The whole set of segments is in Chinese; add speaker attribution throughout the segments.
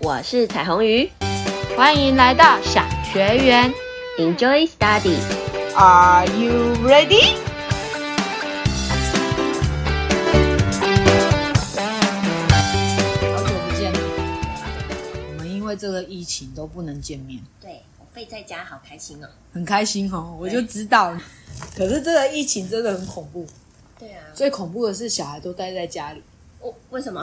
Speaker 1: 我是彩虹鱼
Speaker 2: 欢迎来到小学园。
Speaker 1: ，Enjoy Study。
Speaker 2: Are you ready？
Speaker 3: 好久不见，我们因为这个疫情都不能见面，
Speaker 1: 对我废在家，好开心哦。
Speaker 3: 很开心哦，我
Speaker 1: 对
Speaker 3: 就知道。可是这个疫情真的很恐怖，
Speaker 1: 对啊，
Speaker 3: 最恐怖的是小孩都待在家里，
Speaker 1: 我为什么？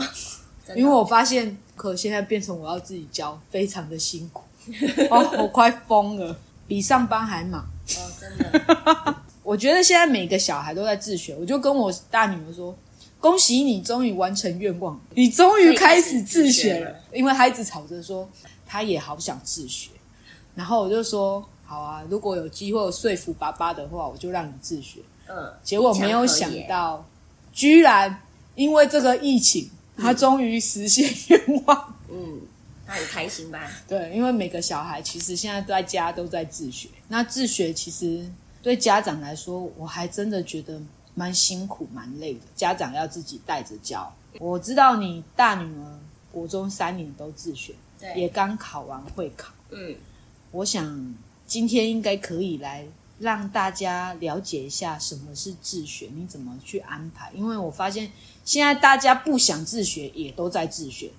Speaker 1: 真的
Speaker 3: 因为我发现可现在变成我要自己教，非常的辛苦，哦，我快疯了，比上班还忙。
Speaker 1: 哦，真的
Speaker 3: 我觉得现在每个小孩都在自学，我就跟我大女儿说：“恭喜你，终于完成愿望，你终于开始自学了。”因为孩子吵着说他也好想自学，然后我就说：“好啊，如果有机会说服爸爸的话，我就让你自学。”
Speaker 1: 嗯，
Speaker 3: 结果没有想到，居然因为这个疫情，他终于实现愿望。
Speaker 1: 嗯，那很开心吧？
Speaker 3: 对，因为每个小孩其实现在都在家都在自学，那自学其实对家长来说，我还真的觉得蛮辛苦、蛮累的。家长要自己带着教。我知道你大女儿国中三年都自学，
Speaker 1: 对
Speaker 3: 也刚考完会考。
Speaker 1: 嗯，
Speaker 3: 我想今天应该可以来让大家了解一下什么是自学，你怎么去安排？因为我发现现在大家不想自学，也都在自学，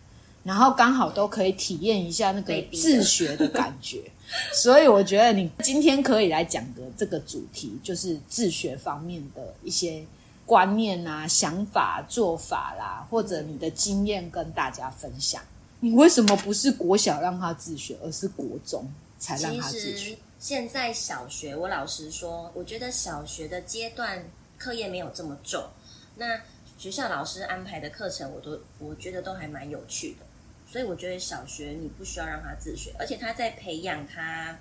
Speaker 3: 然后刚好都可以体验一下那个
Speaker 1: 被逼的
Speaker 3: 自学的感觉， 所以我觉得你今天可以来讲的这个主题，就是自学方面的一些。观念啊、想法、做法啦，或者你的经验跟大家分享。你为什么不是国小让他自学，而是国中才让
Speaker 1: 其
Speaker 3: 他自学
Speaker 1: 实？现在小学，我老实说，我觉得小学的阶段课业没有这么重。那学校老师安排的课程，我都我觉得都还蛮有趣的。所以我觉得小学你不需要让他自学，而且他在培养他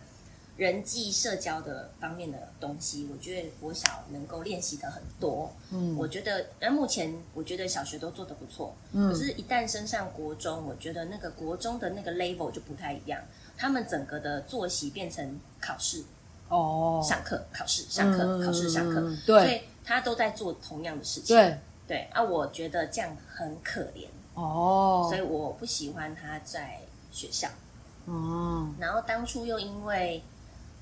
Speaker 1: 人际社交的方面的东西，我觉得国小能够练习的很多。
Speaker 3: 嗯
Speaker 1: 我觉得，那目前我觉得小学都做得不错，可
Speaker 3: 嗯
Speaker 1: 是，一旦升上国中，我觉得那个国中的那个 level 就不太一样，他们整个的作息变成考试、
Speaker 3: 哦，
Speaker 1: 上课、考试、上课、
Speaker 3: 嗯
Speaker 1: 考试、上课，，
Speaker 3: 嗯
Speaker 1: 所
Speaker 3: 对
Speaker 1: 以他都在做同样的事情。
Speaker 3: 对，
Speaker 1: 对啊，我觉得这样很可怜，
Speaker 3: 哦
Speaker 1: 所以，我不喜欢他在学校。
Speaker 3: 哦，
Speaker 1: 然后当初又因为，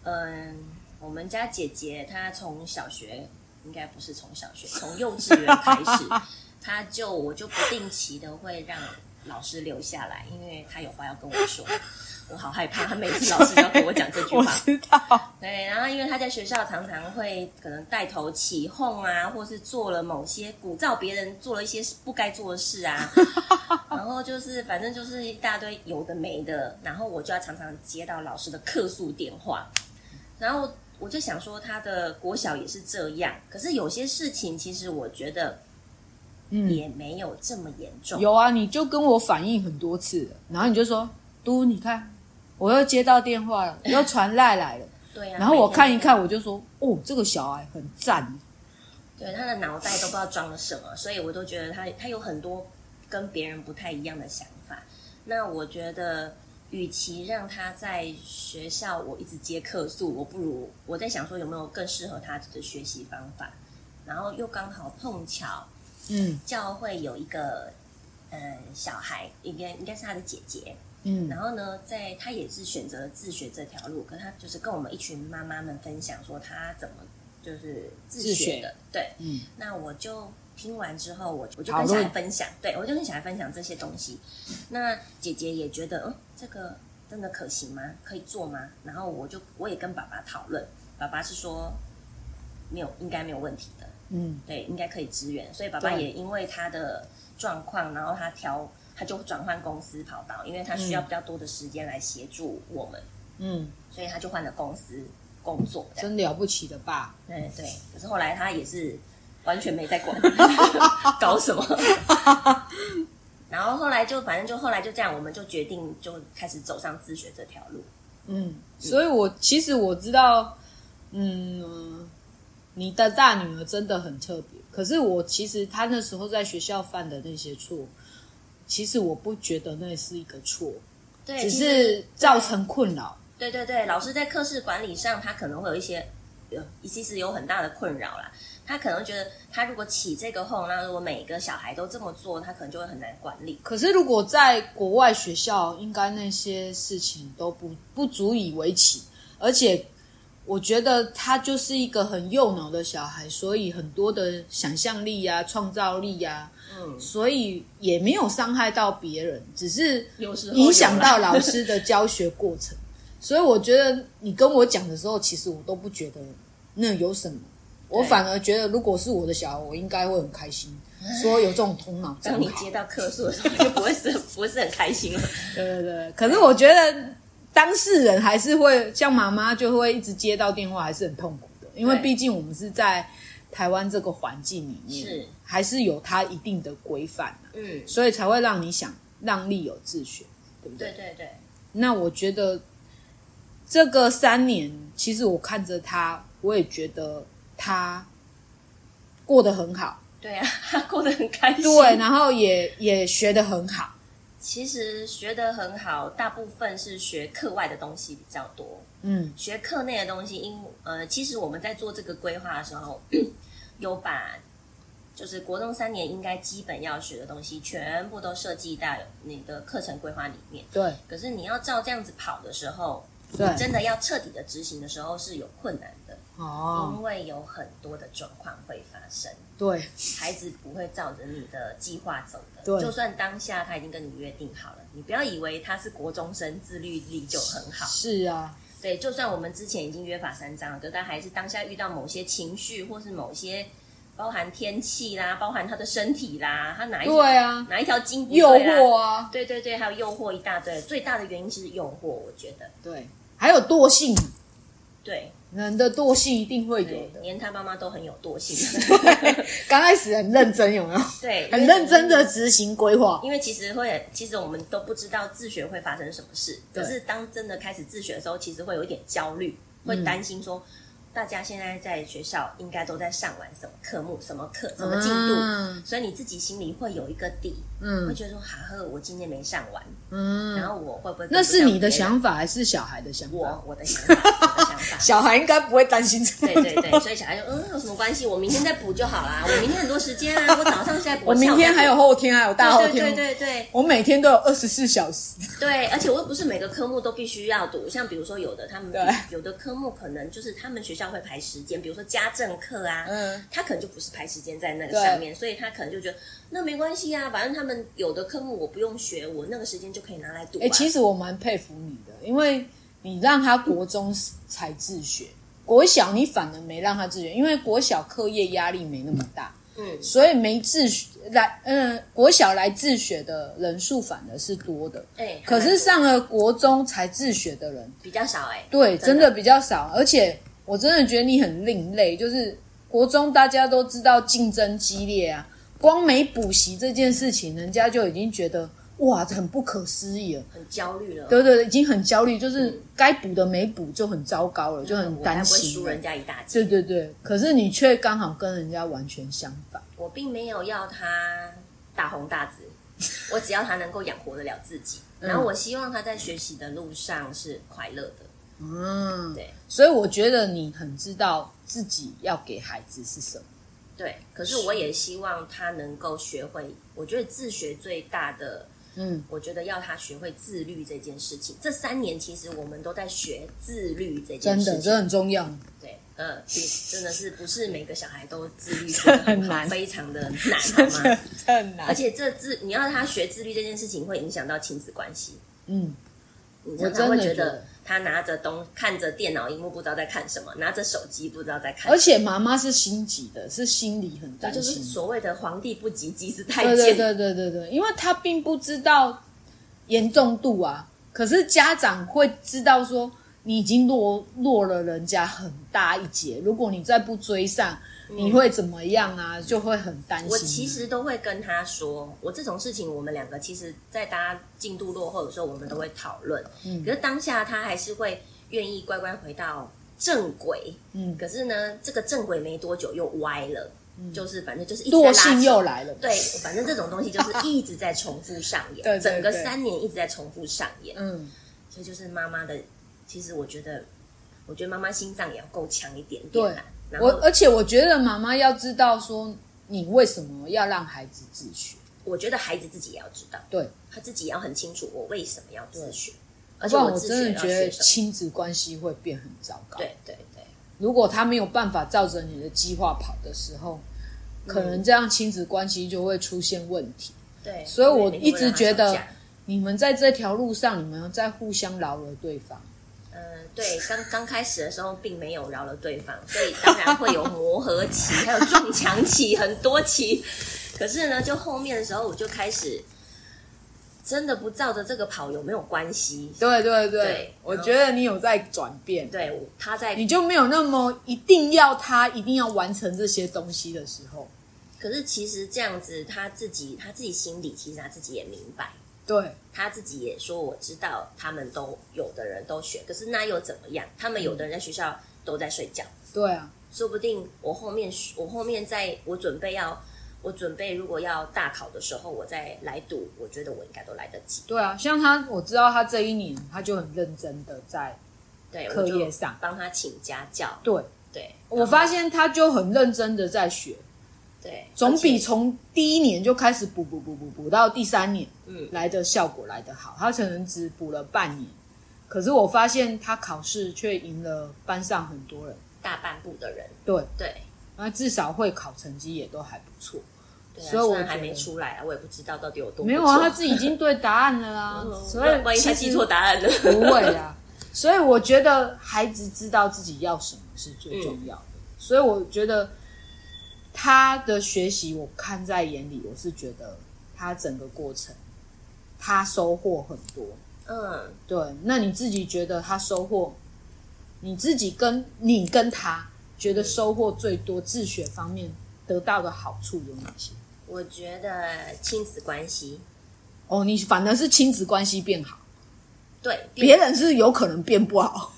Speaker 1: 嗯，我们家姐姐她从小学，应该不是从小学， 从幼稚园开始，她就我就不定期的会让老师留下来，因为她有话要跟我说，我好害怕，她每次老师都要跟我讲这句
Speaker 3: 我
Speaker 1: 话。
Speaker 3: 知道，
Speaker 1: 对，然后因为她在学校常常会可能带头起哄啊，或是做了某些鼓噪别人做了一些不该做的事 啊，然后就是反正就是一大堆有的没的，然后我就要常常接到老师的客诉电话，然后我就想说他的国小也是这样，可是有些事情其实我觉得
Speaker 3: 嗯，
Speaker 1: 也没有这么严重，
Speaker 3: 有啊，你就跟我反映很多次了，然后你就说，嘟，你看，我又接到电话了，又传赖来 了，
Speaker 1: 对啊，
Speaker 3: 然后我
Speaker 1: 每天
Speaker 3: 看一看，我就说，哦，这个小孩很赞，
Speaker 1: 对他的脑袋都不知道装了什么，所以我都觉得他他有很多跟别人不太一样的想法。那我觉得，与其让他在学校我一直接客诉，我不如我在想说有没有更适合他的学习方法。然后又刚好碰巧
Speaker 3: 嗯
Speaker 1: 教会有一个呃小孩，应该应该是他的姐姐，
Speaker 3: 嗯
Speaker 1: 然后呢，在他也是选择了自学这条路，可他就是跟我们一群妈妈们分享说他怎么就是自
Speaker 3: 自
Speaker 1: 学
Speaker 3: 学
Speaker 1: 的，对。
Speaker 3: 嗯，
Speaker 1: 那我就听完之后，我我就
Speaker 3: 讨
Speaker 1: 跟
Speaker 3: 论
Speaker 1: 小孩分享，对我就跟小孩分享这些东西。那姐姐也觉得，嗯，这个真的可行吗？可以做吗？然后我就我也跟爸爸讨论，爸爸是说没有，应该没有问题的，
Speaker 3: 嗯，
Speaker 1: 对，应该可以支援。所以爸爸
Speaker 3: 对
Speaker 1: 也因为他的状况，然后他调他就转换公司跑道，因为他需要
Speaker 3: 嗯
Speaker 1: 比较多的时间来协助我们，
Speaker 3: 嗯，
Speaker 1: 所以他就换了公司工作。这样
Speaker 3: 真了不起的爸，
Speaker 1: 对对，可是后来他也是完全没在 管，搞什么。 然后后来就反正就后来就这样，我们就决定就开始走上自学这条路。
Speaker 3: 嗯，所以我其实我知道，嗯，你的大女儿真的很特别。可是我其实她那时候在学校犯的那些错，其实我不觉得那是一个错，
Speaker 1: 对，
Speaker 3: 只
Speaker 1: 其实
Speaker 3: 是造成困扰。
Speaker 1: 对对对，老师在课室管理上，他可能会有一些有其实有很大的困扰啦。他可能觉得他如果起这个哄，那如果每个小孩都这么做，他可能就会很难管理。
Speaker 3: 可是如果在国外学校，应该那些事情都不不足以为奇，而且我觉得他就是一个很右脑的小孩，所以很多的想象力啊、创造力啊，
Speaker 1: 嗯，
Speaker 3: 所以也没有伤害到别人，只是
Speaker 1: 有时候有啦
Speaker 3: 影响到老师的教学过程。所以我觉得你跟我讲的时候，其实我都不觉得那有什么，我
Speaker 1: 对
Speaker 3: 反而觉得如果是我的小孩，我应该会很开心，说有这种头脑真
Speaker 1: 当你
Speaker 3: 好。
Speaker 1: 接到客诉的时候， 就不会是不是很开心了。
Speaker 3: 对对对，可是我觉得当事人还是会像妈妈就会一直接到电话，还是很痛苦的，因为
Speaker 1: 对
Speaker 3: 毕竟我们是在台湾这个环境里面，
Speaker 1: 是
Speaker 3: 还是有它一定的规范、啊、
Speaker 1: 嗯，
Speaker 3: 所以才会让你想让利有自学，对不
Speaker 1: 对对对，
Speaker 3: 那我觉得这个三年，其实我看着他，我也觉得他过得很好，
Speaker 1: 对啊， 他过得很开心。
Speaker 3: 对，然后也也学得很好。
Speaker 1: 其实学得很好，大部分是学课外的东西比较多。
Speaker 3: 嗯，
Speaker 1: 学课内的东西，因呃，其实我们在做这个规划的时候， 有把就是国中三年应该基本要学的东西，全部都设计到你的课程规划里面。
Speaker 3: 对
Speaker 1: 可是你要照这样子跑的时候，
Speaker 3: 对，
Speaker 1: 真的要彻底的执行的时候是有困难的，
Speaker 3: 哦，
Speaker 1: 因为有很多的状况会发生，
Speaker 3: 对
Speaker 1: 孩子不会照着你的计划走的。
Speaker 3: 对
Speaker 1: 就算当下他已经跟你约定好了，你不要以为他是国中生，自律力就很好。
Speaker 3: 是啊，
Speaker 1: 对，就算我们之前已经约法三章了，可是他还是当下遇到某些情绪，或是某些包含天气啦，包含他的身体啦，他哪一
Speaker 3: 对啊，
Speaker 1: 哪一条筋不
Speaker 3: 诱
Speaker 1: 对啦
Speaker 3: 惑啊，
Speaker 1: 对对对，还有诱惑一大堆，最大的原因是诱惑，我觉得
Speaker 3: 对，还有惰性，
Speaker 1: 对
Speaker 3: 人的惰性一定会有
Speaker 1: 对，
Speaker 3: 的。
Speaker 1: 连他妈妈都很有惰性，
Speaker 3: 刚开始很认真，有 没有？
Speaker 1: 对，
Speaker 3: 很
Speaker 1: 因为
Speaker 3: 认真的执行规划。
Speaker 1: 因为其实会，其实我们都不知道自学会发生什么事。
Speaker 3: 对
Speaker 1: 可是当真的开始自学的时候，其实会有一点焦虑，
Speaker 3: 嗯
Speaker 1: 会担心说，大家现在在学校应该都在上完什么科目、什么课、什么进度，
Speaker 3: 嗯
Speaker 1: 所以你自己心里会有一个底，会
Speaker 3: 嗯
Speaker 1: 觉得说，哈呵，我今天没上完，然
Speaker 3: 嗯，
Speaker 1: 后我会不会
Speaker 3: 那是你的
Speaker 1: 法？
Speaker 3: 想法还是小孩的想法？
Speaker 1: 我我的想法，我的想法。
Speaker 3: 小孩应该不会担心这
Speaker 1: 对
Speaker 3: 个。
Speaker 1: 对对，所以小孩就嗯，有什么关系？我明天再补就好啦。我明天很多时间啊，我早上现在补，
Speaker 3: 我明
Speaker 1: 下午
Speaker 3: 天
Speaker 1: 再
Speaker 3: 还有
Speaker 1: 补
Speaker 3: 后天，还有大后
Speaker 1: 对对
Speaker 3: 天，
Speaker 1: 对对对，
Speaker 3: 我每天都有二十四小时。
Speaker 1: 对，而且我又不是每个科目都必须要读，像比如说有的他们
Speaker 3: 对
Speaker 1: 有的科目可能就是他们学校会排时间，比如说家政课啊，
Speaker 3: 嗯，
Speaker 1: 他可能就不是排时间在那个
Speaker 3: 对
Speaker 1: 上面，所以他可能就觉得那没关系啊，反正他们有的科目我不用学，我那个时间就可以拿来读、啊。
Speaker 3: 哎、其实我蛮佩服你的，因为你让他国中才自学，国小你反而没让他自学，因为国小课业压力没那么大，
Speaker 1: 嗯，
Speaker 3: 所以没自学来，嗯、国小来自学的人数反而是多的。
Speaker 1: 哎，
Speaker 3: 可是
Speaker 1: 还蛮
Speaker 3: 上了国中才自学的人，
Speaker 1: 多比较少哎、
Speaker 3: 对，
Speaker 1: 真
Speaker 3: 真
Speaker 1: 的
Speaker 3: 的比较少，而且我真的觉得你很另类，就是国中大家都知道竞争激烈啊，光没补习这件事情，人家就已经觉得哇，很不可思议了。
Speaker 1: 很焦虑了，
Speaker 3: 对对对，已经很焦虑，就是该补的没补就很糟糕了，就
Speaker 1: 嗯
Speaker 3: 很
Speaker 1: 我才
Speaker 3: 担
Speaker 1: 不会
Speaker 3: 心
Speaker 1: 输
Speaker 3: 了。
Speaker 1: 人家一大截。
Speaker 3: 对对对，可是你却刚好跟人家完全相反。
Speaker 1: 我并没有要他大红大紫，我只要他能够养活得了自己，
Speaker 3: 嗯
Speaker 1: 然后我希望他在学习的路上是快乐的。
Speaker 3: 嗯，
Speaker 1: 对
Speaker 3: 所以我觉得你很知道自己要给孩子是什么。
Speaker 1: 对，可是我也希望他能够学会。我觉得自学最大的，
Speaker 3: 嗯，
Speaker 1: 我觉得要他学会自律这件事情。这三年其实我们都在学自律这件
Speaker 3: 真
Speaker 1: 事
Speaker 3: 的，
Speaker 1: 情。
Speaker 3: 这很重要。
Speaker 1: 对，呃，比真的是不是每个小孩都自 律做得
Speaker 3: 很
Speaker 1: 好
Speaker 3: 难
Speaker 1: 非常 的难，好吗？
Speaker 3: 这很
Speaker 1: 而。且这自你要他学自律这件事情，会影响到亲子关系。
Speaker 3: 嗯，
Speaker 1: 你
Speaker 3: 我
Speaker 1: 常常会
Speaker 3: 真的
Speaker 1: 觉
Speaker 3: 觉
Speaker 1: 得
Speaker 3: 得
Speaker 1: 他拿着东看着电脑荧幕不知道在看什么，拿着手机不知道在看什么
Speaker 3: 而且妈妈是心急的，是心里很担
Speaker 1: 就
Speaker 3: 心
Speaker 1: 是
Speaker 3: 的。
Speaker 1: 所谓的皇帝不急急死太监。
Speaker 3: 对对对对对对，因为他并不知道严重度啊，可是家长会知道说你已经落落了人家很大一截，如果你再不追上，你会怎么样啊？就会很担心。
Speaker 1: 我其实都会跟他说，我这种事情，我们两个其实，在大家进度落后的时候，我们都会讨论。
Speaker 3: 嗯
Speaker 1: 可是当下他还是会愿意乖乖回到正轨。
Speaker 3: 嗯，
Speaker 1: 可是呢，这个正轨没多久又歪了，就是反正就是一直在
Speaker 3: 惰
Speaker 1: 拉
Speaker 3: 性
Speaker 1: 扯
Speaker 3: 又来了。
Speaker 1: 对，反正这种东西就是一直在重复上演，
Speaker 3: 对对
Speaker 1: 整个
Speaker 3: 对
Speaker 1: 三年一直在重复上演。
Speaker 3: 嗯，
Speaker 1: 所以就是妈妈的，其实我觉得，我觉得妈妈心脏也要够强一点点
Speaker 3: 对
Speaker 1: 啦。然后
Speaker 3: 我而且我觉得妈妈要知道说你为什么要让孩子自学，
Speaker 1: 我觉得孩子自己也要知道，
Speaker 3: 对，
Speaker 1: 他自己也要很清楚我为什么要自学，而且
Speaker 3: 不然我
Speaker 1: 自
Speaker 3: 真
Speaker 1: 学
Speaker 3: 的
Speaker 1: 要
Speaker 3: 觉得
Speaker 1: 学什么。
Speaker 3: 亲子关系会变很糟糕。
Speaker 1: 对对对，
Speaker 3: 如果他没有办法照着你的计划跑的时候，可能这样亲子关系就会出现问题。
Speaker 1: 对，
Speaker 3: 所以我
Speaker 1: 每天
Speaker 3: 一
Speaker 1: 为
Speaker 3: 直
Speaker 1: 了他
Speaker 3: 觉得
Speaker 1: 吵架
Speaker 3: 你们在这条路上，你们在互相饶了对方。
Speaker 1: 呃，对，刚刚开始的时候并没有饶了对方，所以当然会有磨合期，还有撞墙期，很多期。可是呢，就后面的时候，我就开始真的不照着这个跑有没有关系？
Speaker 3: 对对对，嗯
Speaker 1: 对
Speaker 3: 我觉得你有在转变，
Speaker 1: 对，我他在
Speaker 3: 你就没有那么一定要他一定要完成这些东西的时候。
Speaker 1: 可是其实这样子，他自己他自己心里其实他自己也明白，
Speaker 3: 对
Speaker 1: 他自己也说我知道他们都有的人都学，可是那又怎么样？他们有的人在学校都在睡觉，
Speaker 3: 对啊，
Speaker 1: 说不定我后面我后面在我准备要我准备如果要大考的时候，我再来读，我觉得我应该都来得及。
Speaker 3: 对啊，像他，我知道他这一年他就很认真的在
Speaker 1: 对，
Speaker 3: 课
Speaker 1: 我就
Speaker 3: 业上
Speaker 1: 帮他请家教，
Speaker 3: 对，
Speaker 1: 对
Speaker 3: 我发现他就很认真的在学，
Speaker 1: 对，
Speaker 3: 总比
Speaker 1: 而且
Speaker 3: 从第一年就开始补补补补补到第三年
Speaker 1: 嗯
Speaker 3: 来的效果来得好。他可能只补了半年，可是我发现他考试却赢了班上很多人。
Speaker 1: 大半部的人，
Speaker 3: 对，
Speaker 1: 对
Speaker 3: 那至少会考成绩也都还不错。
Speaker 1: 对、啊，
Speaker 3: 所以我
Speaker 1: 虽然还
Speaker 3: 觉得
Speaker 1: 没出来啊，我也不知道到底有多
Speaker 3: 没有啊，
Speaker 1: 不错
Speaker 3: 他自己已经对答案了啊，
Speaker 1: 嗯
Speaker 3: 所以
Speaker 1: 万一他
Speaker 3: 其实
Speaker 1: 记错答案呢？
Speaker 3: 不会啊。所以我觉得孩子知道自己要什么是最重要的。所以我觉得他的学习，我看在眼里，我是觉得他整个过程他收获很多。
Speaker 1: 嗯，
Speaker 3: 对，那你自己觉得他收获，你自己跟你跟他觉得收获最多，自学方面得到的好处有哪些？
Speaker 1: 我觉得亲子关系
Speaker 3: 哦，你反而是亲子关系变好，
Speaker 1: 对
Speaker 3: 别人是有可能变不好。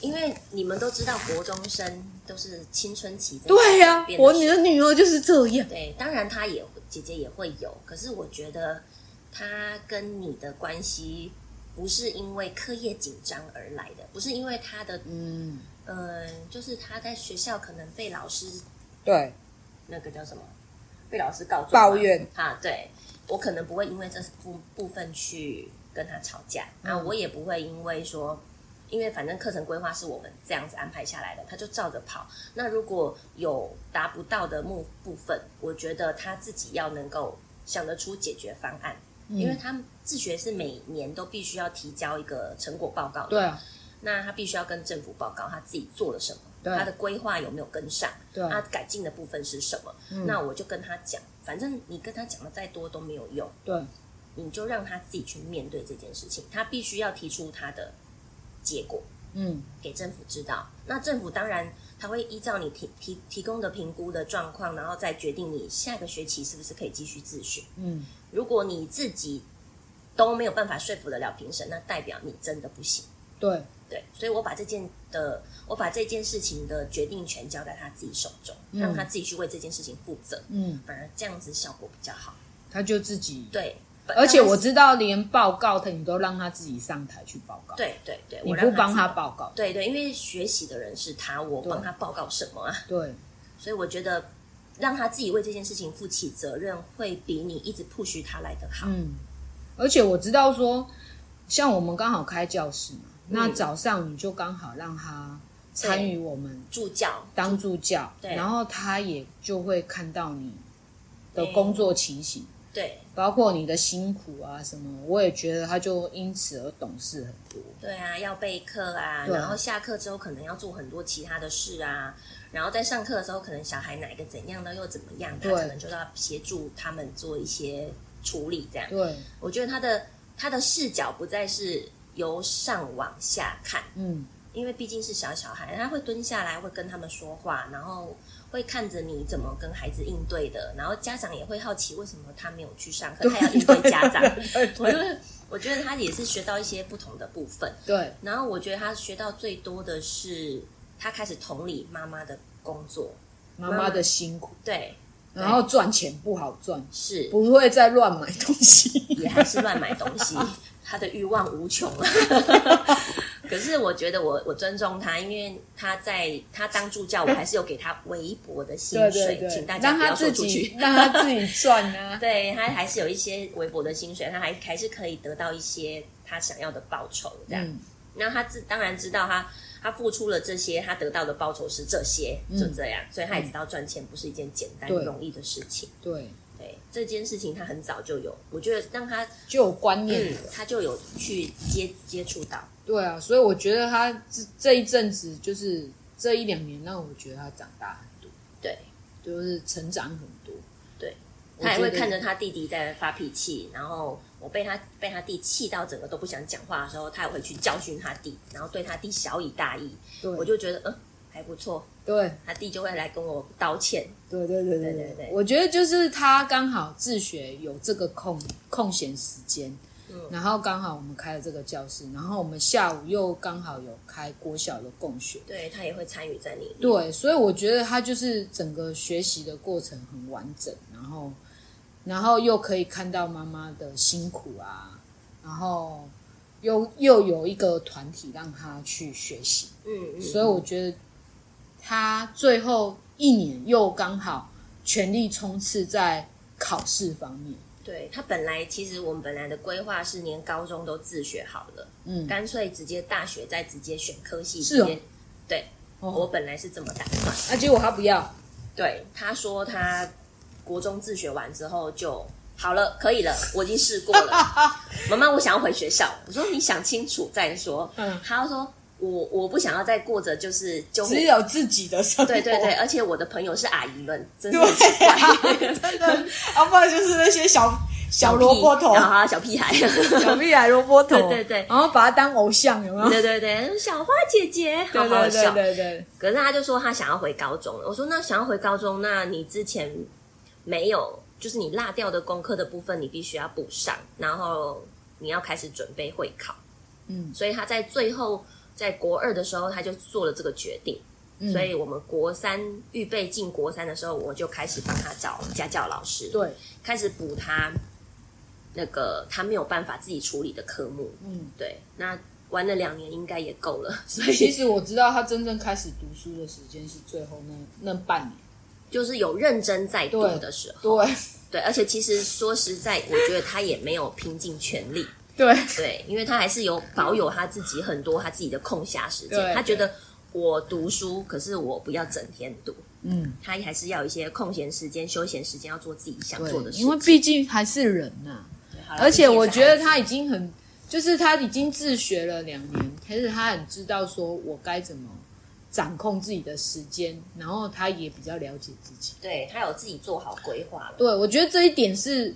Speaker 1: 因为你们都知道，国中生都是青春期在
Speaker 3: 对呀、
Speaker 1: 变得
Speaker 3: 我
Speaker 1: 是
Speaker 3: 你的女儿就是这样。
Speaker 1: 对，当然她也会姐姐也会有，可是我觉得她跟你的关系不是因为课业紧张而来的，不是因为她的
Speaker 3: 嗯，
Speaker 1: 嗯、呃就是她在学校可能被老师
Speaker 3: 对，
Speaker 1: 那个叫什么，被老师告状
Speaker 3: 抱
Speaker 1: 嘛
Speaker 3: 怨
Speaker 1: 啊，对我可能不会因为这部部分去跟他吵架、啊，
Speaker 3: 嗯
Speaker 1: 我也不会因为说，因为反正课程规划是我们这样子安排下来的，他就照着跑。那如果有达不到的目部分，我觉得他自己要能够想得出解决方案，
Speaker 3: 嗯
Speaker 1: 因为他自学是每年都必须要提交一个成果报告的，
Speaker 3: 对啊，
Speaker 1: 那他必须要跟政府报告他自己做了什么，
Speaker 3: 对啊
Speaker 1: 他的规划有没有跟上，
Speaker 3: 对啊
Speaker 1: 他改进的部分是什么。那我就跟他讲，反正你跟他讲的再多都没有用，
Speaker 3: 对，
Speaker 1: 你就让他自己去面对这件事情，他必须要提出他的结果
Speaker 3: 嗯，
Speaker 1: 给政府知道。那政府当然他会依照你提提提供的评估的状况，然后再决定你下个学期是不是可以继续自学。
Speaker 3: 嗯，
Speaker 1: 如果你自己都没有办法说服得了评审，那代表你真的不行。
Speaker 3: 对，
Speaker 1: 对，所以我把这件的，我把这件事情的决定权交在他自己手中，
Speaker 3: 嗯
Speaker 1: 让他自己去为这件事情负责，
Speaker 3: 嗯，
Speaker 1: 反而这样子效果比较好。
Speaker 3: 他就自己，
Speaker 1: 对，本
Speaker 3: 而且我
Speaker 1: 当时
Speaker 3: 知道连报告他你都让他自己上台去报告，，
Speaker 1: 对对对，
Speaker 3: 你
Speaker 1: 我
Speaker 3: 不
Speaker 1: 让
Speaker 3: 帮
Speaker 1: 他
Speaker 3: 他
Speaker 1: 自己。
Speaker 3: 报告，
Speaker 1: 对对，因为学习的人是他，我
Speaker 3: 对
Speaker 1: 帮他报告什么啊？
Speaker 3: 对，
Speaker 1: 所以我觉得让他自己为这件事情负起责任，会比你一直 push 他来的好。
Speaker 3: 嗯，而且我知道说，像我们刚好开教室嘛，那
Speaker 1: 嗯
Speaker 3: 早上你就刚好让他参与我们
Speaker 1: 助教，
Speaker 3: 当助教，
Speaker 1: 对
Speaker 3: 然后他也就会看到你的工作情形。
Speaker 1: 对
Speaker 3: 包括你的辛苦啊什么，我也觉得他就因此而懂事很多。
Speaker 1: 对啊，要备课啊，
Speaker 3: 对
Speaker 1: 然后下课之后可能要做很多其他的事啊，然后在上课的时候，可能小孩哪一个怎样的又怎么样，他
Speaker 3: 对
Speaker 1: 可能就要协助他们做一些处理。这样，
Speaker 3: 对，
Speaker 1: 我觉得他的他的视角不再是由上往下看，
Speaker 3: 嗯，
Speaker 1: 因为毕竟是小小孩，他会蹲下来，会跟他们说话，然后会看着你怎么跟孩子应对的，然后家长也会好奇为什么他没有去上课，他要应对家长。
Speaker 3: 对
Speaker 1: 我
Speaker 3: 对
Speaker 1: 就我觉得他也是学到一些不同的部分。
Speaker 3: 对
Speaker 1: 然后我觉得他学到最多的是，他开始同理妈妈的工作。
Speaker 3: 妈妈的辛苦，
Speaker 1: 对，
Speaker 3: 然后赚钱不好赚，
Speaker 1: 是
Speaker 3: 不会再乱买 东西。
Speaker 1: 也还是乱买东西，他的欲望无穷。 可是我觉得我我尊重他，因为他在他当助教，我还是有给他微薄的薪
Speaker 3: 对
Speaker 1: 水，
Speaker 3: 对对，
Speaker 1: 请大家
Speaker 3: 让
Speaker 1: 不
Speaker 3: 他
Speaker 1: 要说
Speaker 3: 自
Speaker 1: 出
Speaker 3: 己
Speaker 1: 去。
Speaker 3: 让他自己赚啊。
Speaker 1: 对他还是有一些微薄的薪水，他还还是可以得到一些他想要的报酬。这样，
Speaker 3: 嗯，
Speaker 1: 那他自当然知道他他付出了这些，他得到的报酬是这些，就这样，所以他也知道赚钱不是一件简单
Speaker 3: 嗯对
Speaker 1: 容易的事情。
Speaker 3: 对，
Speaker 1: 对这件事情，他很早就有，我觉得让他
Speaker 3: 就有观念
Speaker 1: 嗯
Speaker 3: 了。，
Speaker 1: 他就有去接接触到。
Speaker 3: 对啊，所以我觉得他这这一阵子就是这一两年，让我觉得他长大很多，
Speaker 1: 对，
Speaker 3: 就是成长很多。
Speaker 1: 对
Speaker 3: 我觉
Speaker 1: 他
Speaker 3: 得，
Speaker 1: 也会看着他弟弟在发脾气，然后我被他被他弟气到整个都不想讲话的时候，他也会去教训他弟，然后对他弟小以大义。
Speaker 3: 对，
Speaker 1: 我就觉得，嗯，还不错，
Speaker 3: 对
Speaker 1: 他弟就会来跟我道歉。
Speaker 3: 对对对
Speaker 1: 对
Speaker 3: 对
Speaker 1: 对对
Speaker 3: 我觉得就是他刚好自学有这个空空闲时间，然后刚好我们开了这个教室，然后我们下午又刚好有开国小的共学，
Speaker 1: 对他也会参与在里面。
Speaker 3: 对，所以我觉得他就是整个学习的过程很完整，然后然后又可以看到妈妈的辛苦啊，然后又又有一个团体让他去学习，
Speaker 1: 嗯嗯，
Speaker 3: 所以我觉得他最后一年又刚好全力冲刺在考试方面。
Speaker 1: 对他本来其实我们本来的规划是连高中都自学好了，
Speaker 3: 嗯，
Speaker 1: 干脆直接大学再直接选科系，
Speaker 3: 是哦
Speaker 1: 直接对、
Speaker 3: 哦
Speaker 1: 我本来是这么打算。
Speaker 3: 啊，结果他不要，
Speaker 1: 对，他说他国中自学完之后就好了，可以了，我已经试过 了。妈妈，我想要回学校。我说你想清楚再说。
Speaker 3: 嗯
Speaker 1: 他说我我不想要再过着就是就
Speaker 3: 只有自己的生活。
Speaker 1: 对对对，而且我的朋友是阿姨们，真是很奇
Speaker 3: 对
Speaker 1: 怪。
Speaker 3: 啊，真的，啊，不然就是那些小 小萝卜头
Speaker 1: 然，后还有小屁孩。
Speaker 3: 小屁孩萝卜头，
Speaker 1: 对对对
Speaker 3: 然后把他当偶像，有没有？
Speaker 1: 对对对，小花姐姐，好
Speaker 3: 对
Speaker 1: 好
Speaker 3: 对
Speaker 1: 笑
Speaker 3: 对。对对，
Speaker 1: 可是他就说他想要回高中了。我说那想要回高中，那你之前没有，就是你落掉的功课的部分，你必须要补上，然后你要开始准备会考。
Speaker 3: 嗯
Speaker 1: 所以他在最后在国二的时候，他就做了这个决定。
Speaker 3: 嗯
Speaker 1: 所以我们国三预备进国三的时候，我就开始帮他找家教老师，
Speaker 3: 对，
Speaker 1: 开始补他那个他没有办法自己处理的科目。
Speaker 3: 嗯。
Speaker 1: 对，那玩了两年应该也够了，所以
Speaker 3: 其实我知道他真正开始读书的时间是最后那那半年，
Speaker 1: 就是有认真在读的时候，
Speaker 3: 对
Speaker 1: 对，而且其实说实在，我觉得他也没有拼尽全力，
Speaker 3: 对
Speaker 1: 对，因为他还是有保有他自己很多他自己的空暇时
Speaker 3: 对
Speaker 1: 间，他觉得我读书，可是我不要整天读，
Speaker 3: 嗯，
Speaker 1: 他还是要有一些空闲时间、休闲时间，要做自己想做的
Speaker 3: 对，
Speaker 1: 事情。
Speaker 3: 因为毕竟还是人呐、
Speaker 1: 对好啦
Speaker 3: 而且我
Speaker 1: 毕
Speaker 3: 觉
Speaker 1: 竟
Speaker 3: 得
Speaker 1: 啊也是
Speaker 3: 他已经很，就是他已经自学了两年，可是他很知道说我该怎么掌控自己的时间，然后他也比较了解自己。
Speaker 1: 对他有自己做好规划了，
Speaker 3: 对，我觉得这一点是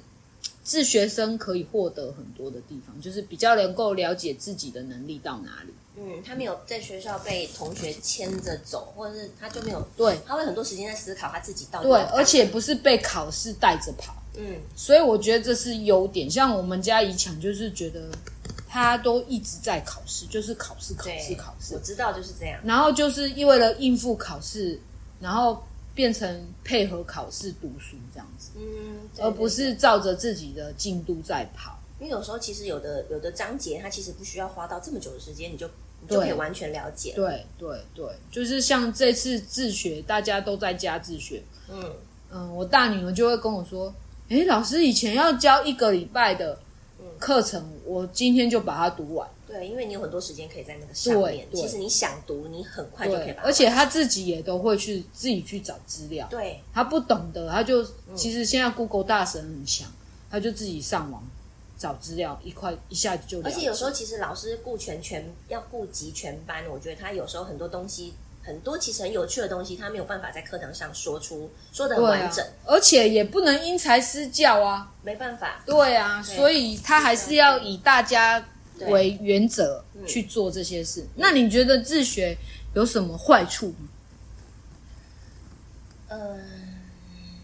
Speaker 3: 自学生可以获得很多的地方，就是比较能够了解自己的能力到哪里。
Speaker 1: 嗯，他没有在学校被同学牵着走，或者是他就没有，
Speaker 3: 对
Speaker 1: 他会很多时间在思考他自己到底
Speaker 3: 对
Speaker 1: 要，干
Speaker 3: 而且不是被考试带着跑。
Speaker 1: 嗯，
Speaker 3: 所以我觉得这是优点。像我们家怡强就是觉得他都一直在考试，就是考试、考
Speaker 1: 对，
Speaker 3: 试、考试
Speaker 1: 我，知道就是这样。
Speaker 3: 然后就是因为了应付考试，然后变成配合考试读书这样子，
Speaker 1: 嗯，对
Speaker 3: 而不，是照着自己的进度在跑。
Speaker 1: 对因为有时候其实有的有的章节，它其实不需要花到这么久的时间，你就你就
Speaker 3: 对
Speaker 1: 可以完全了解。
Speaker 3: 对对对，就是像这次自学，大家都在家自学。
Speaker 1: 嗯，
Speaker 3: 嗯，我大女儿就会跟我说：“诶，老师以前要教一个礼拜的
Speaker 1: 嗯
Speaker 3: 课程，我今天就把它读完。”
Speaker 1: 对，因为你有很多时间可以在那个上面。
Speaker 3: 对对
Speaker 1: 其实你想读，你很快就可以
Speaker 3: 对
Speaker 1: 把，它。
Speaker 3: 而且他自己也都会去自己去找资料，
Speaker 1: 对
Speaker 3: 他不懂的，他就
Speaker 1: 嗯
Speaker 3: 其实现在 Google 大神很强，他就自己上网找资料，一块一下就了
Speaker 1: 而
Speaker 3: 解。
Speaker 1: 且有时候其实老师顾全全要顾及全班，我觉得他有时候很多东西，很多其实很有趣的东西，他没有办法在课堂上说出说的
Speaker 3: 对
Speaker 1: 完
Speaker 3: 啊
Speaker 1: 整，，
Speaker 3: 而且也不能因材施教啊，
Speaker 1: 没办法。
Speaker 3: 对啊，
Speaker 1: 对
Speaker 3: 所以他还是要以大家
Speaker 1: 对
Speaker 3: 为原则去做这些事。那你觉得自学有什么坏处吗？
Speaker 1: 嗯，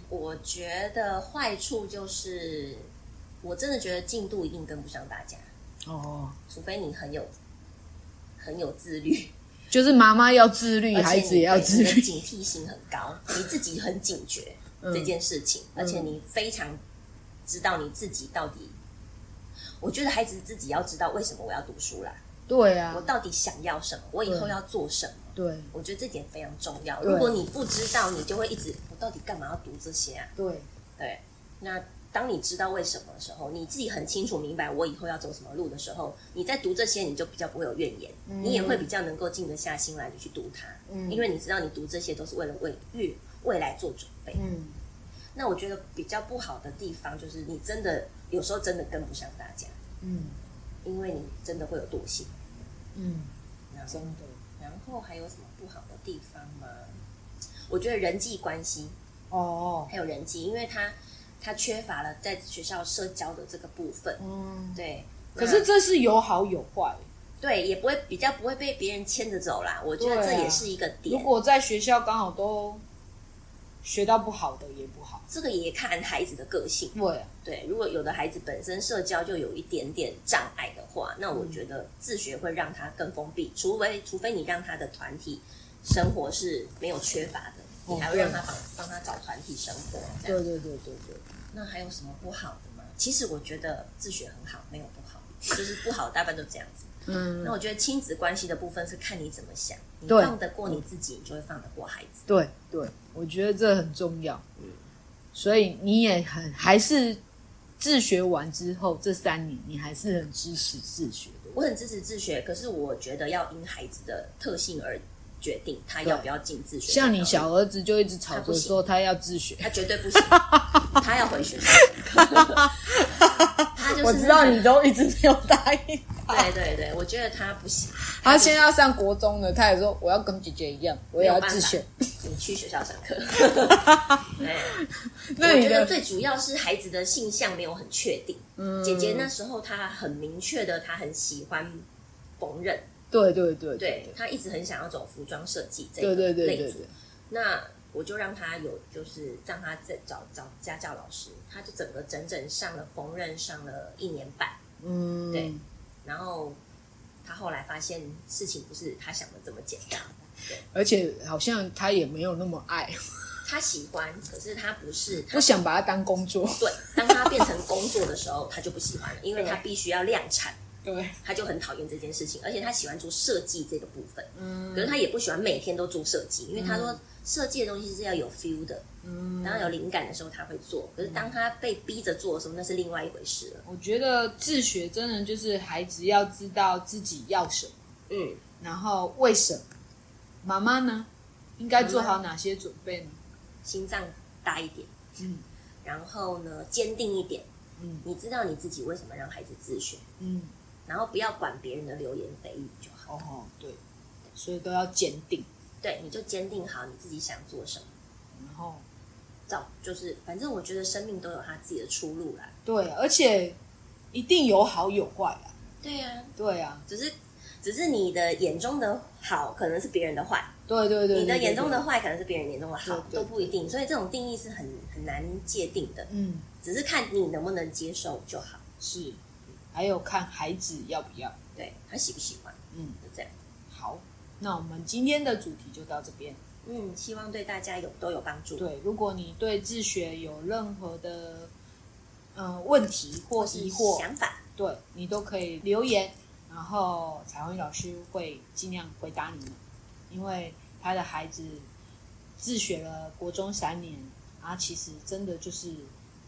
Speaker 1: 我觉得坏处就是，我真的觉得进度一定跟不上大家。
Speaker 3: 哦，
Speaker 1: 除非你很有很有自律，
Speaker 3: 就是妈妈要自律，
Speaker 1: 而且
Speaker 3: 孩
Speaker 1: 你
Speaker 3: 子也要
Speaker 1: 对
Speaker 3: 自
Speaker 1: 你的
Speaker 3: 律。嗯
Speaker 1: 警惕性很高，你自己很警觉这件事情，而且你非常知道你自己到底。我觉得孩子自己要知道为什么我要读书啦，
Speaker 3: 对啊
Speaker 1: 我，到底想要
Speaker 3: 嗯
Speaker 1: 什么，我以后要做什么。
Speaker 3: 对
Speaker 1: 我觉得这点非常重要。
Speaker 3: 对
Speaker 1: 如果你不知道，你就会一直我到底干嘛要读这些啊？
Speaker 3: 对
Speaker 1: 对，那当你知道为什么的时候，你自己很清楚明白我以后要走什么路的时候，你在读这些，你就比较不会有怨言，你也会比较能够静得下心来的去读它，
Speaker 3: 嗯
Speaker 1: 因为你知道你读这些都是为了为未未来做准备。
Speaker 3: 嗯，
Speaker 1: 那我觉得比较不好的地方就是你真的有时候真的跟不上大家，
Speaker 3: 嗯
Speaker 1: 因为你真的会有惰性。
Speaker 3: 嗯，
Speaker 1: 然后
Speaker 3: 真的，
Speaker 1: 然后还有什么不好的地方吗？我觉得人际关系
Speaker 3: 哦，
Speaker 1: 还有人际，因为他他缺乏了在学校社交的这个部分，
Speaker 3: 嗯，
Speaker 1: 对。
Speaker 3: 可
Speaker 1: 那
Speaker 3: 是这是有好有坏。
Speaker 1: 对也不会比较不会被别人牵着走啦，我觉得
Speaker 3: 对啊
Speaker 1: 这也是一个
Speaker 3: 如
Speaker 1: 点。
Speaker 3: 果在学校刚好都学到不好的也不好，
Speaker 1: 这个也看孩子的个性，
Speaker 3: 对，啊
Speaker 1: 对，如果有的孩子本身社交就有一点点障碍的话，那我觉得自学会让他更封闭，除非除非你让他的团体生活是没有缺乏的，
Speaker 3: 哦
Speaker 1: 你还会让他帮帮他找团体生活这样
Speaker 3: 对对对对对，
Speaker 1: 那还有什么不好的吗？其实我觉得自学很好，没有不好，就是不好大半都这样子。
Speaker 3: 嗯
Speaker 1: 那，我觉得亲子关系的部分是看你怎么想，你
Speaker 3: 对
Speaker 1: 放得过你自己，你就会放得过孩子。
Speaker 3: 对嗯对，我觉得这很重要。所以你也很还是自学完之后这三年，你还是很支持自学的。
Speaker 1: 我很支持自学，可是我觉得要因孩子的特性而决定他要不要进自学。
Speaker 3: 像你小，儿子就一直吵
Speaker 1: 他不
Speaker 3: 着
Speaker 1: 行
Speaker 3: 说他要自学，
Speaker 1: 他绝对不 行，他要回学校。他就是那个
Speaker 3: 我知道你都一直没有答应。
Speaker 1: 对对对，我觉得他不行。
Speaker 3: 他现在要上国中了，他也说我要跟姐姐一样，我也要自学。
Speaker 1: 你去学校上 课。对，
Speaker 3: 那
Speaker 1: 我
Speaker 3: 你
Speaker 1: 觉
Speaker 3: 的嗯
Speaker 1: 得最主要是孩子的性向没有很确定。姐姐那时候她很明确的，她很喜欢缝纫，
Speaker 3: 对对对
Speaker 1: 对她一直很想要走服装设计这个
Speaker 3: 对对对
Speaker 1: 类
Speaker 3: 对
Speaker 1: 组。那我就让她有，就是让她再找找家教老师，她就整个整整上了缝纫，上了一年半。
Speaker 3: 嗯，
Speaker 1: 对然后她后来发现事情不是她想的这么简单，
Speaker 3: 而且好像他也没有那么 爱，
Speaker 1: 她喜欢，可是她不是她
Speaker 3: 不想把它当工作。
Speaker 1: 对，当他变成工作的时候，他就不喜欢了，因为他必须要量产，
Speaker 3: 对，
Speaker 1: 他就很讨厌这件事情。而且他喜欢做设计这个部分，嗯，可是他也不喜欢每天都做设计，因为他说设计的东西是要有 feel 的，嗯，当然有灵感的时候他会做，可是当他被逼着做的时候，那是另外一回事了。
Speaker 3: 我觉得自学真的就是孩子要知道自己要什么，
Speaker 1: 嗯，
Speaker 3: 然后为什么。妈妈呢，应该做好哪些准备呢？
Speaker 1: 心脏大一点，
Speaker 3: 嗯，
Speaker 1: 然后呢，坚定一点，
Speaker 3: 嗯
Speaker 1: 你知道你自己为什么让孩子自学，
Speaker 3: 嗯，
Speaker 1: 然后不要管别人的流言蜚语就好。
Speaker 3: 哦，对，所以都要坚定，
Speaker 1: 对，你就坚定好你自己想做什么。
Speaker 3: 然后
Speaker 1: 找就是，反正我觉得生命都有他自己的出路啦。
Speaker 3: 对，而且一定有好有坏啊。
Speaker 1: 对呀、
Speaker 3: 对啊，
Speaker 1: 只是只是你的眼中的好可能是别人的坏，
Speaker 3: 对对对，
Speaker 1: 你的
Speaker 3: 对
Speaker 1: 眼中，的
Speaker 3: 对
Speaker 1: 坏可能是别人眼中的好，
Speaker 3: 对对
Speaker 1: 都不一定。所以这种定义是很很难界定的，
Speaker 3: 嗯，
Speaker 1: 只是看你能不能接受就好。
Speaker 3: 是，还有看孩子要不要。
Speaker 1: 对他喜不喜欢，
Speaker 3: 嗯，
Speaker 1: 就这样。
Speaker 3: 好，那我们今天的主题就到这边。
Speaker 1: 嗯，希望对大家有都有帮助。
Speaker 3: 对，如果你对自学有任何的呃问题或
Speaker 1: 或是
Speaker 3: 疑惑，
Speaker 1: 想法，
Speaker 3: 对你都可以留言，然后彩虹老师会尽量回答你们，因为他的孩子自学了国中三年，啊，其实真的就是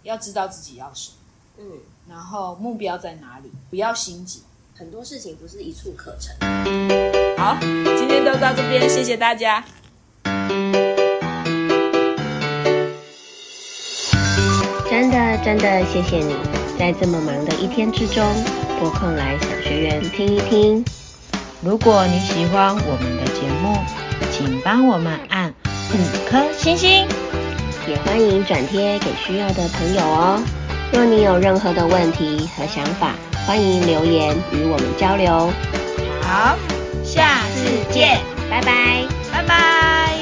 Speaker 3: 要知道自己要什么，
Speaker 1: 嗯，
Speaker 3: 然后目标在哪里，不要心急。
Speaker 1: 很多事情不是一蹴可成。
Speaker 3: 好，今天都到这边，谢谢大家。
Speaker 4: 真的真的谢谢你，在这么忙的一天之中，拨空来小学园听一听。如果你喜欢我们的节目，请帮我们按五颗星星，也欢迎转贴给需要的朋友哦。若你有任何的问题和想法，欢迎留言与我们交流。好，下次见，拜拜，拜拜。